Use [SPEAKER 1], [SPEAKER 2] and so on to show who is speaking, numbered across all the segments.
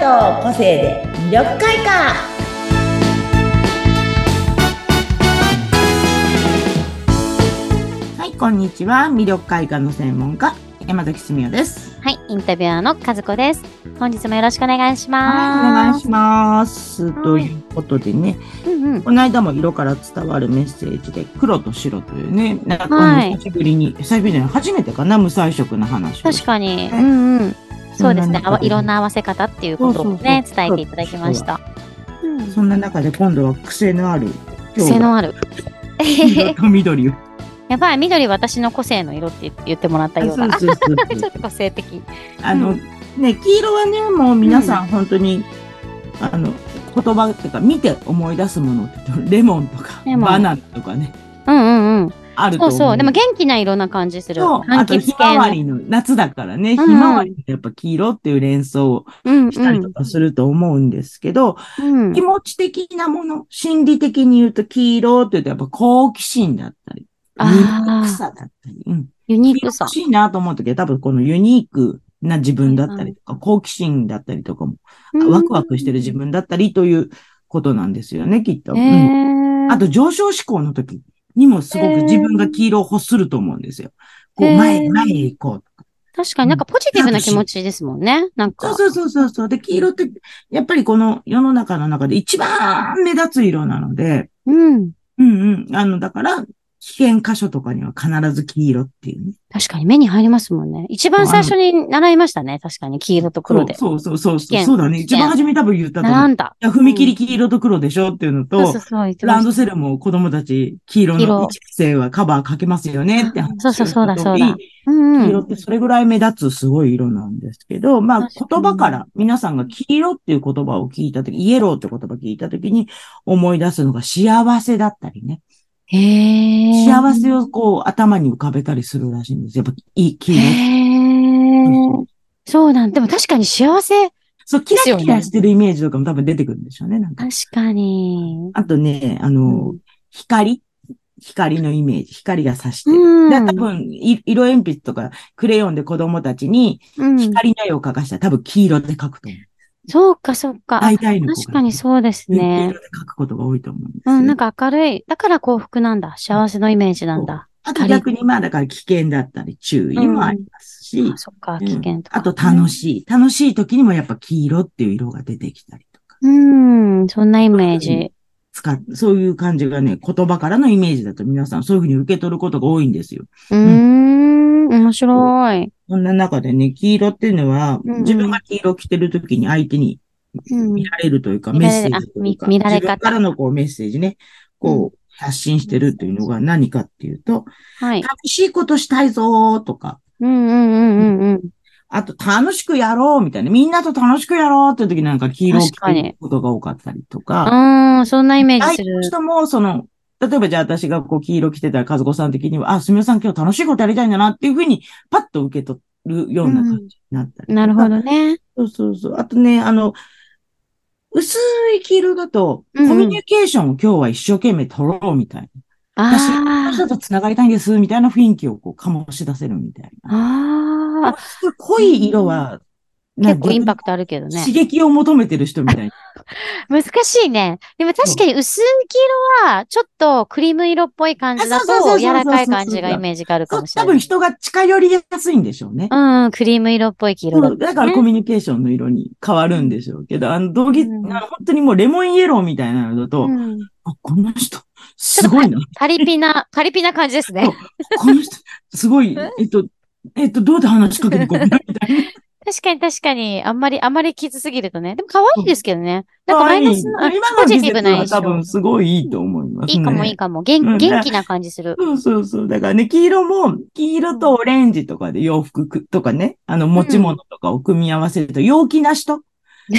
[SPEAKER 1] の個性で魅力開花はいこんにちは魅力開花の専門家山崎すみおです
[SPEAKER 2] はい、インタビュアーの和子です。本日もよろしくお願いし
[SPEAKER 1] はいお
[SPEAKER 2] ま
[SPEAKER 1] 願い
[SPEAKER 2] す。
[SPEAKER 1] します、
[SPEAKER 2] い
[SPEAKER 1] ということでね
[SPEAKER 2] うんうん。
[SPEAKER 1] この間も色から伝わるメッセージで黒と白というねなんか
[SPEAKER 2] はい
[SPEAKER 1] 久しぶりに久しぶりじゃない初めてかな無彩色の話を
[SPEAKER 2] 確か
[SPEAKER 1] ね
[SPEAKER 2] に。うんうん。そうで
[SPEAKER 1] そ
[SPEAKER 2] すね。あ
[SPEAKER 1] んな中
[SPEAKER 2] わいろんな合わせ方っていうことをね、
[SPEAKER 1] そうそうそう
[SPEAKER 2] 伝えていただきました。うん。
[SPEAKER 1] そんな中で今度は癖のある今日
[SPEAKER 2] 性
[SPEAKER 1] は
[SPEAKER 2] 能ある。
[SPEAKER 1] 色と緑 を
[SPEAKER 2] やばい、緑私の個性の色って言ってもらったような。
[SPEAKER 1] そうそうそう
[SPEAKER 2] ち
[SPEAKER 1] そ
[SPEAKER 2] ょ
[SPEAKER 1] う
[SPEAKER 2] っと個性的。
[SPEAKER 1] あの、ね、黄色はね、もう皆さん本当に、あの、言葉っていうか、見て思い出すものって言うと、レモンとか
[SPEAKER 2] レ、モン
[SPEAKER 1] バナナとかね、
[SPEAKER 2] うんうんうん。
[SPEAKER 1] あると思
[SPEAKER 2] そう
[SPEAKER 1] う。
[SPEAKER 2] そう。でも元気な色な感じする。
[SPEAKER 1] そうあと、ひま
[SPEAKER 2] の
[SPEAKER 1] わりの、夏だからね、ひ
[SPEAKER 2] うんうん
[SPEAKER 1] まわりってやっぱ黄色っていう連想を
[SPEAKER 2] うんう
[SPEAKER 1] したりと
[SPEAKER 2] ん。
[SPEAKER 1] かすると思うんですけど、
[SPEAKER 2] うん
[SPEAKER 1] 気。持ち的なもの、心理的に言うと黄色って言うとやっぱ好奇心だったり、ユニー
[SPEAKER 2] あ
[SPEAKER 1] ク
[SPEAKER 2] あ、
[SPEAKER 1] さだったり、うん。
[SPEAKER 2] ユニークさ
[SPEAKER 1] 欲。しいなと思うときは多分このユニークな自分だったりとか、好奇心だったりとかもワクワクしてる自分だったりということなんですよね、きっと。うん
[SPEAKER 2] 分
[SPEAKER 1] あと上昇志向の時にもすごく自分が黄色を欲すると思うんですよ。こ
[SPEAKER 2] へ
[SPEAKER 1] う
[SPEAKER 2] ー
[SPEAKER 1] 前へ前へ行こう。
[SPEAKER 2] 確かになんかポジティブな気持ちですもんね。なん
[SPEAKER 1] そ
[SPEAKER 2] か
[SPEAKER 1] う。そうそうそうそう。で、黄色ってやっぱりこの世の中の中で一番目立つ色なので、
[SPEAKER 2] うん。
[SPEAKER 1] うんうん。あの、だから、危険箇所とかには必ず黄色っていうね。
[SPEAKER 2] 確かに目に入りますもんね。一番最初に習いましたね。確かに黄色と黒で。
[SPEAKER 1] そうそうそう
[SPEAKER 2] 危
[SPEAKER 1] そう。
[SPEAKER 2] 険
[SPEAKER 1] そうだね。
[SPEAKER 2] 危
[SPEAKER 1] 一
[SPEAKER 2] 険
[SPEAKER 1] 番初めに多分言ったと思う
[SPEAKER 2] 並んだ。
[SPEAKER 1] いや踏切黄色と黒でしょっていうの
[SPEAKER 2] そうそ
[SPEAKER 1] と
[SPEAKER 2] う、そう。言ってま
[SPEAKER 1] ラン
[SPEAKER 2] し
[SPEAKER 1] ドセルも子供たち、黄色
[SPEAKER 2] 黄
[SPEAKER 1] の
[SPEAKER 2] 色
[SPEAKER 1] 1期生はカバーかけますよねって話
[SPEAKER 2] そうそうそうだ
[SPEAKER 1] をした通り
[SPEAKER 2] そうだたうん
[SPEAKER 1] 黄
[SPEAKER 2] う
[SPEAKER 1] 色
[SPEAKER 2] ん。
[SPEAKER 1] ってそれぐらい目立つすごい色なんですけど、まあ
[SPEAKER 2] 確か
[SPEAKER 1] 言
[SPEAKER 2] に
[SPEAKER 1] 葉から皆さんが黄色っていう言葉を聞いたとき、イエローって言葉を聞いたときに思い出すのが幸せだったりね。
[SPEAKER 2] へえ。
[SPEAKER 1] 幸せをこう頭に浮かべたりするらしいんです。やっぱいい黄
[SPEAKER 2] へ
[SPEAKER 1] 色。
[SPEAKER 2] え。そうなん。でも確かに幸せ。
[SPEAKER 1] そう、キラキラしてるイメージとかも多分出てくるんでしょうね。なんか
[SPEAKER 2] 確かに。
[SPEAKER 1] あとね、あの、
[SPEAKER 2] う
[SPEAKER 1] 光光のイメージ。光が差してる。
[SPEAKER 2] うん。
[SPEAKER 1] だ多分、い色鉛筆とか、クレヨンで子供たちに、
[SPEAKER 2] うん。
[SPEAKER 1] 光の絵を描かしたら、多分黄色で描くと思う。
[SPEAKER 2] そうか、そうか。
[SPEAKER 1] 大体の子
[SPEAKER 2] 確かにそうです
[SPEAKER 1] う黄
[SPEAKER 2] ね
[SPEAKER 1] 色。で描くことが多いと思うんです
[SPEAKER 2] う
[SPEAKER 1] よ
[SPEAKER 2] ん、なんか明るい。だから幸福なんだ。幸せのイメージなんだ。
[SPEAKER 1] あと逆に、まあ、だから危険だったり、注意もありますし、
[SPEAKER 2] あそっか、
[SPEAKER 1] うん
[SPEAKER 2] 危険とか。
[SPEAKER 1] あと楽しい。楽しい時にもやっぱ黄色っていう色が出てきたりとか、
[SPEAKER 2] うん、そんなイメージ。
[SPEAKER 1] 使っそういう感じがね、言葉からのイメージだと皆さんそういうふうに受け取ることが多いんですよ。
[SPEAKER 2] うーん、面白い。
[SPEAKER 1] そんな中でね、黄色っていうのは、
[SPEAKER 2] うんうん
[SPEAKER 1] 自分が黄色を着てる時に相手に
[SPEAKER 2] うん
[SPEAKER 1] 見られるというか、
[SPEAKER 2] 見
[SPEAKER 1] メ
[SPEAKER 2] ら
[SPEAKER 1] ッ
[SPEAKER 2] れ
[SPEAKER 1] セ
[SPEAKER 2] る
[SPEAKER 1] ージというか、
[SPEAKER 2] あみ見られ
[SPEAKER 1] 自分
[SPEAKER 2] 方
[SPEAKER 1] からのこうメッセージね、こう発信してるというのが何かっていうと、
[SPEAKER 2] はい。
[SPEAKER 1] 楽しいことしたいぞーとか、
[SPEAKER 2] うんうんうんうんうん。
[SPEAKER 1] あと楽しくやろうみたいな、みんなと楽しくやろうっていう時なんか黄色を着
[SPEAKER 2] 確か
[SPEAKER 1] てる
[SPEAKER 2] に
[SPEAKER 1] ことが多かったりとか、
[SPEAKER 2] あー、そんなイメージ
[SPEAKER 1] 相
[SPEAKER 2] す
[SPEAKER 1] 手
[SPEAKER 2] る
[SPEAKER 1] の。人もその、例えばじゃあ私がこう黄色着てたら和子さん的には、あ、すみません今日楽しいことやりたいんだなっていうふうにパッと受け取るような感じになったりとか
[SPEAKER 2] なるほどね。
[SPEAKER 1] そうそうそう。あとね、あの、薄い黄色だと、
[SPEAKER 2] うんうん
[SPEAKER 1] コミュニケーションを今日は一生懸命取ろうみたいな。私、こ
[SPEAKER 2] あ
[SPEAKER 1] の
[SPEAKER 2] ー
[SPEAKER 1] 人と繋がりたいんです、みたいな雰囲気をこう、醸し出せるみたいな。
[SPEAKER 2] あー。
[SPEAKER 1] すごい濃い色は、なん
[SPEAKER 2] 結
[SPEAKER 1] か
[SPEAKER 2] 構インパクトあるけどね
[SPEAKER 1] 刺。激を求めてる人み たいな。
[SPEAKER 2] 難しいね。でも確かに薄い黄色は、ちょっとクリーム色っぽい感じだ
[SPEAKER 1] あそうそうそうそう
[SPEAKER 2] と、柔らかい感じがイメージがある
[SPEAKER 1] そ
[SPEAKER 2] か
[SPEAKER 1] う
[SPEAKER 2] もし
[SPEAKER 1] 多
[SPEAKER 2] れな
[SPEAKER 1] 分
[SPEAKER 2] い。
[SPEAKER 1] 人が近寄りやすいんでしょうね。
[SPEAKER 2] うん、クリーム色っぽい黄色だ
[SPEAKER 1] そ
[SPEAKER 2] と
[SPEAKER 1] うだからコミュニケーションの色に変わるんでしょうけど、あの、道義、
[SPEAKER 2] うん
[SPEAKER 1] あの本当にもうレモンイエローみたいなのだと、
[SPEAKER 2] うん
[SPEAKER 1] あ、この人、すごいな。
[SPEAKER 2] パリピな、パリピな感じですね。
[SPEAKER 1] この人、すごい、えっと、えっと、どうで話しかけてこないみたいな。
[SPEAKER 2] 確かに確かに、あんまり、あんまりきつすぎるとね。でも可愛いですけどね。なん
[SPEAKER 1] 可
[SPEAKER 2] かマ
[SPEAKER 1] 愛
[SPEAKER 2] イ
[SPEAKER 1] い
[SPEAKER 2] ナスの、
[SPEAKER 1] 今
[SPEAKER 2] ポ
[SPEAKER 1] の
[SPEAKER 2] ジ
[SPEAKER 1] 季
[SPEAKER 2] ティブ
[SPEAKER 1] 節
[SPEAKER 2] な
[SPEAKER 1] は
[SPEAKER 2] 印象
[SPEAKER 1] 多分すごいいいと思います、ね。
[SPEAKER 2] いいかもいいかも。元
[SPEAKER 1] うん
[SPEAKER 2] 元気な感じ する。
[SPEAKER 1] そうそうそう。だからね、黄色も、黄色とオレンジとかで洋服くとかね、あの、持ち物とかを組み合わせると、陽気な人。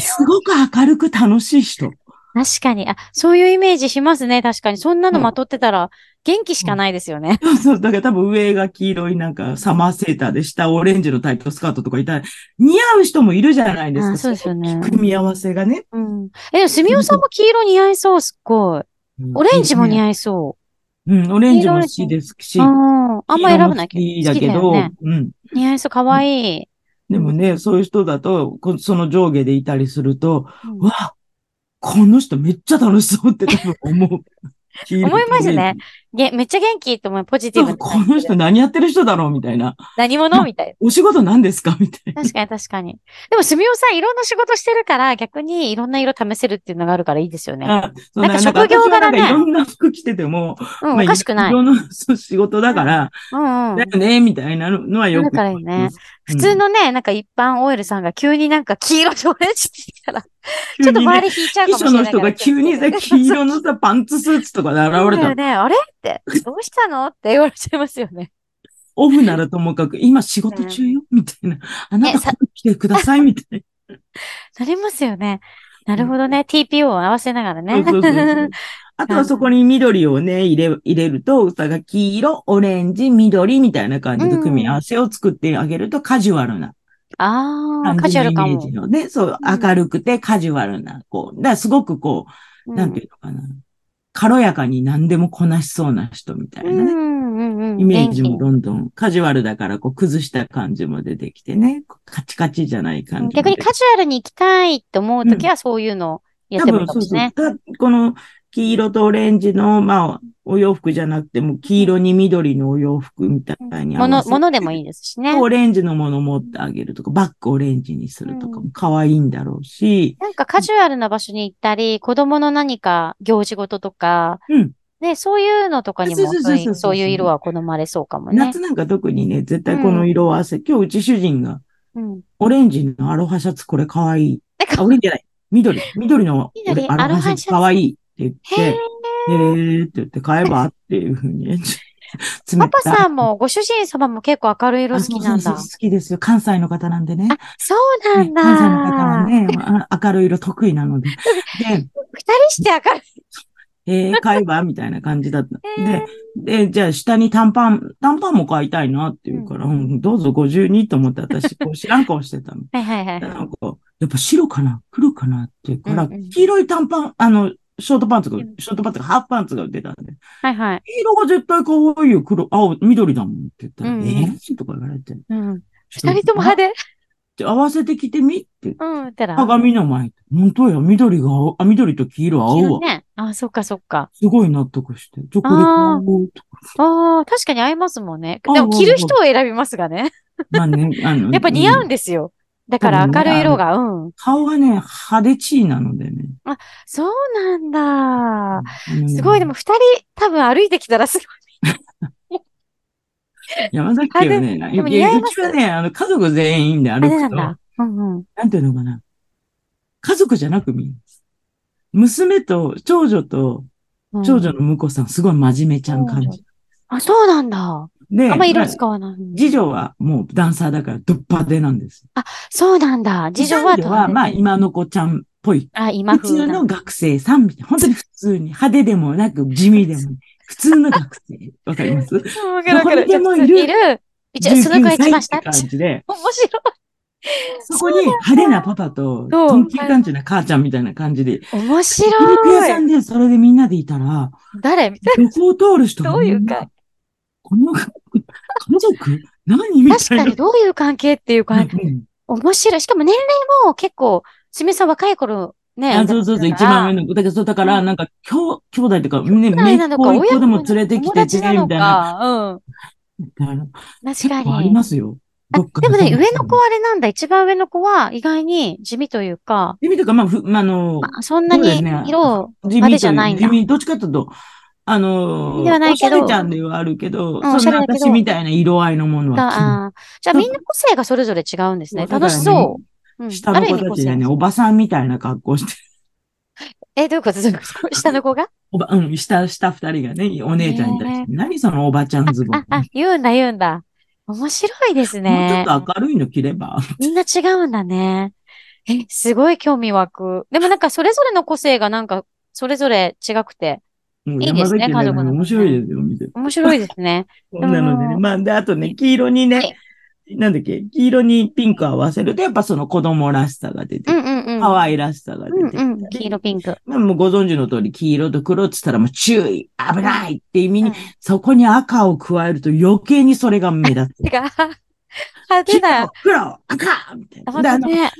[SPEAKER 1] すごく明るく楽しい人。
[SPEAKER 2] 確かに。あ、そういうイメージしますね。確かに。そんなのまとってたら、元気しかないですよね。
[SPEAKER 1] そうそう。だから多分上が黄色いなんかサマーセーターで、下オレンジのタイトスカートとかいたら、似合う人もいるじゃないです
[SPEAKER 2] あ
[SPEAKER 1] か。
[SPEAKER 2] そうですよね。
[SPEAKER 1] 組み合わせがね。
[SPEAKER 2] うん。え、でも、すみおさんも黄色似合いそう、すっごい。オレンジも似合いそ
[SPEAKER 1] うん、オレンジも好きです
[SPEAKER 2] う。
[SPEAKER 1] し。
[SPEAKER 2] ああ、あんま選ばない
[SPEAKER 1] 黄
[SPEAKER 2] け
[SPEAKER 1] 色も好きだけ
[SPEAKER 2] 好きだよ
[SPEAKER 1] ど
[SPEAKER 2] ね、
[SPEAKER 1] うん。
[SPEAKER 2] ど。似合いそう、可愛い。
[SPEAKER 1] でもね、そういう人だと、こその上下でいたりすると、
[SPEAKER 2] うん
[SPEAKER 1] わあ、この人めっちゃ楽しそうって多分思 う。
[SPEAKER 2] 思いますね。げめっちゃ元気と思う、ポジテ
[SPEAKER 1] そ
[SPEAKER 2] ィブな
[SPEAKER 1] うこ
[SPEAKER 2] 感じで。
[SPEAKER 1] の人何やってる人だろうみたいな。
[SPEAKER 2] 何者みたい
[SPEAKER 1] お仕事何ですかみたいな。
[SPEAKER 2] な。確かに確かに。でも、すみおさんいろんな仕事してるから、逆にいろんな色試せるっていうのがあるからいいですよね。
[SPEAKER 1] あ そうな
[SPEAKER 2] なんか職業柄ね
[SPEAKER 1] なんか私はなんかいろんな服着てても、
[SPEAKER 2] うん、
[SPEAKER 1] まあ
[SPEAKER 2] おかしくない。う
[SPEAKER 1] ろんな そう仕事だから、
[SPEAKER 2] んうん
[SPEAKER 1] だ。よね、みたいなのはよ
[SPEAKER 2] だ
[SPEAKER 1] く。
[SPEAKER 2] からいいね
[SPEAKER 1] うん。
[SPEAKER 2] 普通のね、なんか一般オイルさんが急になんか黄色とオレンジってきたら、ちょ
[SPEAKER 1] 急
[SPEAKER 2] っと
[SPEAKER 1] に
[SPEAKER 2] 周
[SPEAKER 1] ね、
[SPEAKER 2] り引いちゃうか
[SPEAKER 1] 秘
[SPEAKER 2] も
[SPEAKER 1] 書
[SPEAKER 2] しれない
[SPEAKER 1] の人が急 にさ、黄色のさ、パンツスーツとかで
[SPEAKER 2] 現
[SPEAKER 1] 現
[SPEAKER 2] れ
[SPEAKER 1] れた
[SPEAKER 2] た
[SPEAKER 1] ら、
[SPEAKER 2] ね。あれって、どうしたのって言われちゃいますよね。
[SPEAKER 1] オフならともかく、今仕事中よ、 みたいな。あな
[SPEAKER 2] ね
[SPEAKER 1] た
[SPEAKER 2] さ
[SPEAKER 1] ここ来てください、みたい
[SPEAKER 2] なりますよね。なるほどね。TPO を合わせながら
[SPEAKER 1] な。
[SPEAKER 2] ね。
[SPEAKER 1] そうそうそうそうあとはそこに緑をね、入れ、入れると、歌が黄色、オレンジ、緑みたいな感じの組み合わせを作ってあげるとカジュアルな
[SPEAKER 2] ああ、
[SPEAKER 1] 感
[SPEAKER 2] カジ
[SPEAKER 1] じ
[SPEAKER 2] ュア
[SPEAKER 1] の
[SPEAKER 2] ル
[SPEAKER 1] イ
[SPEAKER 2] か
[SPEAKER 1] メー
[SPEAKER 2] も
[SPEAKER 1] ジ。のね、そう、
[SPEAKER 2] うん
[SPEAKER 1] 明るくてカジュアルな、こう、だからすごくこう、なんていうのかな。軽やかに何でもこなしそうな人みたいな
[SPEAKER 2] うん
[SPEAKER 1] ね。
[SPEAKER 2] うんうんうん。
[SPEAKER 1] イメージも
[SPEAKER 2] 元
[SPEAKER 1] どんどんカジュアルだから、こう崩した感じも出てきてね。カチカチじゃない
[SPEAKER 2] 気
[SPEAKER 1] 感じも出
[SPEAKER 2] 逆
[SPEAKER 1] て
[SPEAKER 2] に
[SPEAKER 1] きて。
[SPEAKER 2] カジュアルに行きたいと思うときは、そういうのをやってもいいかもしれない。
[SPEAKER 1] 多分そうそう。だこの黄色とオレンジの、まあ、お洋服じゃなくても、黄色に緑のお洋服みたいに合
[SPEAKER 2] もの、
[SPEAKER 1] わせて
[SPEAKER 2] ものでもいいですしね。
[SPEAKER 1] オレンジのもの持ってあげるとか、バッグオレンジにするとか
[SPEAKER 2] う
[SPEAKER 1] も可愛いんだろうし、
[SPEAKER 2] なんかカジュアルな場所に行ったり、子供の何か行事ごととか、
[SPEAKER 1] うん
[SPEAKER 2] ね、そういうのとかにも、
[SPEAKER 1] そう
[SPEAKER 2] そ
[SPEAKER 1] そううそうそう
[SPEAKER 2] いうそういう色は好まれそうかもね。
[SPEAKER 1] 夏なんか特にね、絶対この色合わせ、今日うち主人が、
[SPEAKER 2] うん。
[SPEAKER 1] オレンジのアロハシャツこれ可愛い。
[SPEAKER 2] なん
[SPEAKER 1] あ、
[SPEAKER 2] か、
[SPEAKER 1] オレンジじゃない。 緑。緑のオレ
[SPEAKER 2] 緑
[SPEAKER 1] アロハシャツ可愛いって言っ
[SPEAKER 2] へ
[SPEAKER 1] て、へーって言って買えばっていうふうに。
[SPEAKER 2] パパさ
[SPEAKER 1] ん
[SPEAKER 2] んもご主人様も結構明るい色好きなんだ。
[SPEAKER 1] 好きですよ。関西の方なんでね。
[SPEAKER 2] そうなんだ。
[SPEAKER 1] 関西の方はね、あ明るい色得意なので。で、
[SPEAKER 2] 二人して明るい。
[SPEAKER 1] え ー、買えばみたいな感じだった。
[SPEAKER 2] へー
[SPEAKER 1] で、で、じゃあ下に短パン、短パンも買いたいなっていうから、うんどうぞ52と思って私、こう知らん顔してたの。
[SPEAKER 2] はい はいはい
[SPEAKER 1] でな
[SPEAKER 2] は
[SPEAKER 1] んか、やっぱ白かな黒かなっていうから、
[SPEAKER 2] うんうん
[SPEAKER 1] 黄色い短パン、あの、ショートパンツが、
[SPEAKER 2] う
[SPEAKER 1] シ
[SPEAKER 2] ん
[SPEAKER 1] ョートパンツが、ハーフパンツが売ってたんで、
[SPEAKER 2] い。はいはい。
[SPEAKER 1] 黄色が絶対可愛いよ、黒、青、緑だもんって言ったら、
[SPEAKER 2] うんうん
[SPEAKER 1] えーとか言われて。
[SPEAKER 2] うん。二人とも派手。
[SPEAKER 1] 手合わせてきてみって、
[SPEAKER 2] うん。たら。
[SPEAKER 1] 鏡の前。本当や、緑が青、あ、緑と黄色は
[SPEAKER 2] 黄
[SPEAKER 1] 合う
[SPEAKER 2] 色
[SPEAKER 1] わ。
[SPEAKER 2] ね。あ、そっかそっか。
[SPEAKER 1] すごい納得して。じゃ、これ
[SPEAKER 2] あー
[SPEAKER 1] 買おうとか。
[SPEAKER 2] ああ、確かに合いますもんね。
[SPEAKER 1] 合う
[SPEAKER 2] でも着る人を選びますがね。
[SPEAKER 1] まあ ね、あの、
[SPEAKER 2] やっぱ似合う
[SPEAKER 1] うん
[SPEAKER 2] んですよ。だから明るい色が、うん。
[SPEAKER 1] 顔がね、派手チーなのでね。
[SPEAKER 2] そうなんだ。
[SPEAKER 1] あのね
[SPEAKER 2] すごい、でも二人多分歩いてきたらすごい。
[SPEAKER 1] 山崎家はね、
[SPEAKER 2] でも似合います
[SPEAKER 1] うちはね、あの、家族全員で
[SPEAKER 2] あ
[SPEAKER 1] 歩
[SPEAKER 2] れ
[SPEAKER 1] く
[SPEAKER 2] なん
[SPEAKER 1] と、
[SPEAKER 2] だ。うんうん。
[SPEAKER 1] なんていうのかな。家族じゃなく見えます。娘と、長女と、
[SPEAKER 2] うん
[SPEAKER 1] 長女の婿さん、すごい真面目ちゃん感じ。
[SPEAKER 2] あ、そうなんだ。あ
[SPEAKER 1] で、
[SPEAKER 2] んま色
[SPEAKER 1] まあ
[SPEAKER 2] 使わない。
[SPEAKER 1] 次女はもうダンサーだからドッパデなんです。
[SPEAKER 2] そうなんだ。次女は
[SPEAKER 1] 三女は、まあ、今の子ちゃんっぽい。
[SPEAKER 2] あ、今
[SPEAKER 1] 普
[SPEAKER 2] 風
[SPEAKER 1] 通
[SPEAKER 2] な。
[SPEAKER 1] の学生さんみたいな。本当に普通に。派手でもなく、地味でもない。 普通の学生。わかります
[SPEAKER 2] うんわかるわ
[SPEAKER 1] ど
[SPEAKER 2] か
[SPEAKER 1] こ
[SPEAKER 2] る。
[SPEAKER 1] にでもいる
[SPEAKER 2] いる。一応、そのくらい来ました。
[SPEAKER 1] 19歳って感じで、
[SPEAKER 2] 面白い。
[SPEAKER 1] そこに派手なパパと、
[SPEAKER 2] そう
[SPEAKER 1] トンキンカンチな母ちゃんみたいな感じで、
[SPEAKER 2] 面
[SPEAKER 1] 焼肉屋さ
[SPEAKER 2] 白い。
[SPEAKER 1] んでそれでみんなでいたら、
[SPEAKER 2] 誰みたい
[SPEAKER 1] 旅行通る人
[SPEAKER 2] な。
[SPEAKER 1] が
[SPEAKER 2] どういうか。
[SPEAKER 1] この、家族何み
[SPEAKER 2] 確
[SPEAKER 1] たい
[SPEAKER 2] か
[SPEAKER 1] な。
[SPEAKER 2] にどういう関係っていうか、
[SPEAKER 1] うん
[SPEAKER 2] 面白い。しかも年齢も結構、すみさん若い頃ね。
[SPEAKER 1] あそうそうそう、一番上の。だから、そうだから、なんか、兄兄弟とか、ね、
[SPEAKER 2] の。
[SPEAKER 1] め
[SPEAKER 2] い
[SPEAKER 1] っ
[SPEAKER 2] なの
[SPEAKER 1] 子
[SPEAKER 2] か、
[SPEAKER 1] 一
[SPEAKER 2] 親
[SPEAKER 1] 個
[SPEAKER 2] 子
[SPEAKER 1] でも連れてき
[SPEAKER 2] 友
[SPEAKER 1] て
[SPEAKER 2] 達
[SPEAKER 1] て、み
[SPEAKER 2] な
[SPEAKER 1] たいな。
[SPEAKER 2] のか。
[SPEAKER 1] みたいな
[SPEAKER 2] うん。確
[SPEAKER 1] 結
[SPEAKER 2] か
[SPEAKER 1] 構あり
[SPEAKER 2] に。
[SPEAKER 1] ますよ。
[SPEAKER 2] あ
[SPEAKER 1] どっか
[SPEAKER 2] でもね、上の子
[SPEAKER 1] は。
[SPEAKER 2] はあれなんだ。一番上の子は意外に地味というか、
[SPEAKER 1] 地味とか、まあ、ふまああの、
[SPEAKER 2] まあ、そんな
[SPEAKER 1] そうです
[SPEAKER 2] に
[SPEAKER 1] ね
[SPEAKER 2] 色を、
[SPEAKER 1] 地
[SPEAKER 2] 派
[SPEAKER 1] 味
[SPEAKER 2] 手じゃないん
[SPEAKER 1] と
[SPEAKER 2] だ
[SPEAKER 1] 地味、どっちかというと、あの
[SPEAKER 2] 地味ではない
[SPEAKER 1] おし
[SPEAKER 2] け
[SPEAKER 1] ゃ
[SPEAKER 2] ど
[SPEAKER 1] れちゃんではあるけど、
[SPEAKER 2] うんおし
[SPEAKER 1] そ
[SPEAKER 2] ゃ
[SPEAKER 1] ん
[SPEAKER 2] れ
[SPEAKER 1] な
[SPEAKER 2] だけど
[SPEAKER 1] 私みたいな色合いのものは着ない
[SPEAKER 2] ああ、じゃあみんな個性がそれぞれ違うんですね。
[SPEAKER 1] そう
[SPEAKER 2] 楽しそ
[SPEAKER 1] だ
[SPEAKER 2] う。うん、
[SPEAKER 1] 下
[SPEAKER 2] あ
[SPEAKER 1] の
[SPEAKER 2] る意
[SPEAKER 1] 子
[SPEAKER 2] 味
[SPEAKER 1] た
[SPEAKER 2] 個
[SPEAKER 1] ち
[SPEAKER 2] 性
[SPEAKER 1] がね、おばさんみたいな格好して、
[SPEAKER 2] え、どういうことどういうこと下の子が
[SPEAKER 1] おば、うん、下、下二人がね、お姉ちゃんに対して、何そのおばちゃんズボン
[SPEAKER 2] あ。、あ、言うんだ言うんだ。面白いです
[SPEAKER 1] もうちょ
[SPEAKER 2] ね。
[SPEAKER 1] っと明るいの着れば。
[SPEAKER 2] みんな違うんだね。え、すごい興味湧く。でもなんかそれぞれの個性がなんかそれぞれ違くて
[SPEAKER 1] もう
[SPEAKER 2] いいですね
[SPEAKER 1] 山崎
[SPEAKER 2] 家族の
[SPEAKER 1] ね面白いですよ、見てて。
[SPEAKER 2] 面白いですね。
[SPEAKER 1] こんなのでね。
[SPEAKER 2] うん
[SPEAKER 1] まあ、で、あとね、黄色に
[SPEAKER 2] はい
[SPEAKER 1] ね、なんだっけ、黄色にピンク合わせると、やっぱその子供らしさが出て
[SPEAKER 2] う
[SPEAKER 1] く
[SPEAKER 2] ん
[SPEAKER 1] る。
[SPEAKER 2] うんうん。
[SPEAKER 1] 可愛らしさが出
[SPEAKER 2] うん
[SPEAKER 1] て
[SPEAKER 2] うん。
[SPEAKER 1] き
[SPEAKER 2] 黄
[SPEAKER 1] て。
[SPEAKER 2] 色ピンク。
[SPEAKER 1] まあもうご存知の通り、黄色と黒って言ったらもう注意、危ないって意味
[SPEAKER 2] う
[SPEAKER 1] に、
[SPEAKER 2] ん
[SPEAKER 1] そこに赤を加えると余計にそれが目立つ。
[SPEAKER 2] てか、派手
[SPEAKER 1] 黄
[SPEAKER 2] だ。
[SPEAKER 1] 色、黒、赤みたいな。で、あ
[SPEAKER 2] 派手
[SPEAKER 1] の、
[SPEAKER 2] ね。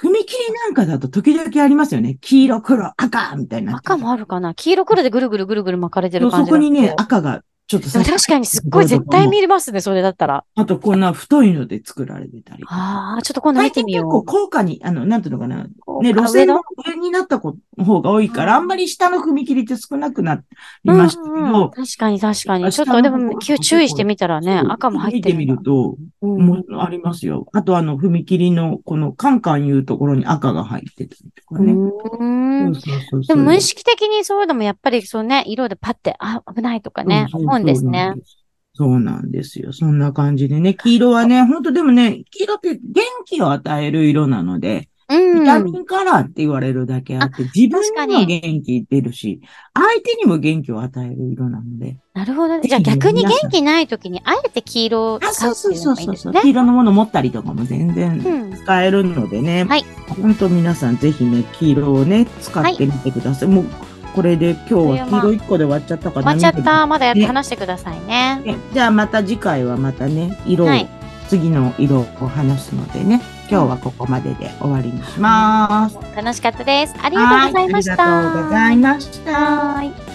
[SPEAKER 1] 踏切なんかだと時々ありますよね。黄色、黒、赤みたいになってる。
[SPEAKER 2] 赤もあるかな黄色黒でぐるぐるぐるぐる巻かれて
[SPEAKER 1] そ
[SPEAKER 2] る
[SPEAKER 1] う
[SPEAKER 2] 感
[SPEAKER 1] そ
[SPEAKER 2] じだ
[SPEAKER 1] こ
[SPEAKER 2] けど。
[SPEAKER 1] にね、赤がちょっと
[SPEAKER 2] でも
[SPEAKER 1] 刺さっ
[SPEAKER 2] 確かにすっごい絶対見れますね、それだったら。
[SPEAKER 1] あとこんな太いので作られてたり。
[SPEAKER 2] ああ、ちょっと今度見
[SPEAKER 1] 最
[SPEAKER 2] て
[SPEAKER 1] 近
[SPEAKER 2] み
[SPEAKER 1] 結
[SPEAKER 2] よ
[SPEAKER 1] 構
[SPEAKER 2] う。
[SPEAKER 1] 高価に、あの、なんていうのかな。
[SPEAKER 2] こう
[SPEAKER 1] ね、
[SPEAKER 2] あ
[SPEAKER 1] 路線が
[SPEAKER 2] 上の
[SPEAKER 1] 上になった子方が多いか
[SPEAKER 2] う
[SPEAKER 1] ら、
[SPEAKER 2] ん
[SPEAKER 1] あんまり下の踏切って少なくなりましたけ
[SPEAKER 2] うんうんうん
[SPEAKER 1] ど、
[SPEAKER 2] 確かに確か
[SPEAKER 1] 明
[SPEAKER 2] に。
[SPEAKER 1] 日
[SPEAKER 2] ちょ
[SPEAKER 1] の
[SPEAKER 2] っとで
[SPEAKER 1] 午
[SPEAKER 2] も、
[SPEAKER 1] 後
[SPEAKER 2] 急注意してみたらね、
[SPEAKER 1] そう
[SPEAKER 2] 赤も入っ
[SPEAKER 1] 見て
[SPEAKER 2] て
[SPEAKER 1] み
[SPEAKER 2] るんだ
[SPEAKER 1] ると、
[SPEAKER 2] うん
[SPEAKER 1] もうありますよ。あとあの、踏切のこのカンカンいうところに赤が入ってたりとか
[SPEAKER 2] う
[SPEAKER 1] ね。そ
[SPEAKER 2] ーん
[SPEAKER 1] う。そうそう
[SPEAKER 2] で
[SPEAKER 1] そう
[SPEAKER 2] も無意識的にそういうのもやっぱりそうね、色でパッて、あ、危ないとかね、
[SPEAKER 1] そうそう
[SPEAKER 2] 思うんですね。。
[SPEAKER 1] そうなんですよ。そんな感じでね。黄色はね、本当でもね、黄色って元気を与える色なので、
[SPEAKER 2] う
[SPEAKER 1] ビタミ
[SPEAKER 2] ん。
[SPEAKER 1] ンカラーって言われるだけあって、自分
[SPEAKER 2] 確か
[SPEAKER 1] にも
[SPEAKER 2] に
[SPEAKER 1] 元気出るし、相手にも元気を与える色なので。
[SPEAKER 2] なるほどね。じゃあ
[SPEAKER 1] ぜひね
[SPEAKER 2] 逆に
[SPEAKER 1] 皆さ
[SPEAKER 2] 元
[SPEAKER 1] ん
[SPEAKER 2] 気ない時に、あえて黄色を
[SPEAKER 1] あ、
[SPEAKER 2] 使
[SPEAKER 1] そうう
[SPEAKER 2] って
[SPEAKER 1] そう
[SPEAKER 2] いう
[SPEAKER 1] そうそう
[SPEAKER 2] のがいいんです
[SPEAKER 1] そう、
[SPEAKER 2] ね。
[SPEAKER 1] 黄色のもの持ったりとかも全
[SPEAKER 2] う
[SPEAKER 1] 然
[SPEAKER 2] ん。
[SPEAKER 1] 使えるのでね。
[SPEAKER 2] はい。
[SPEAKER 1] 本当皆さんぜひね、黄色をね、使ってみてください。もう、これで今日は黄色1個で終わっちゃったか
[SPEAKER 2] 終
[SPEAKER 1] な。
[SPEAKER 2] わっちゃった。まだや
[SPEAKER 1] ね
[SPEAKER 2] 話してくださいね。
[SPEAKER 1] ねじゃあまた次回はまたね、色を、
[SPEAKER 2] はい
[SPEAKER 1] 次の色を話すのでね、今日はここまでで終わりにします。
[SPEAKER 2] 楽しかったです。ありがとうございました。
[SPEAKER 1] はいありがとうございました。
[SPEAKER 2] はい。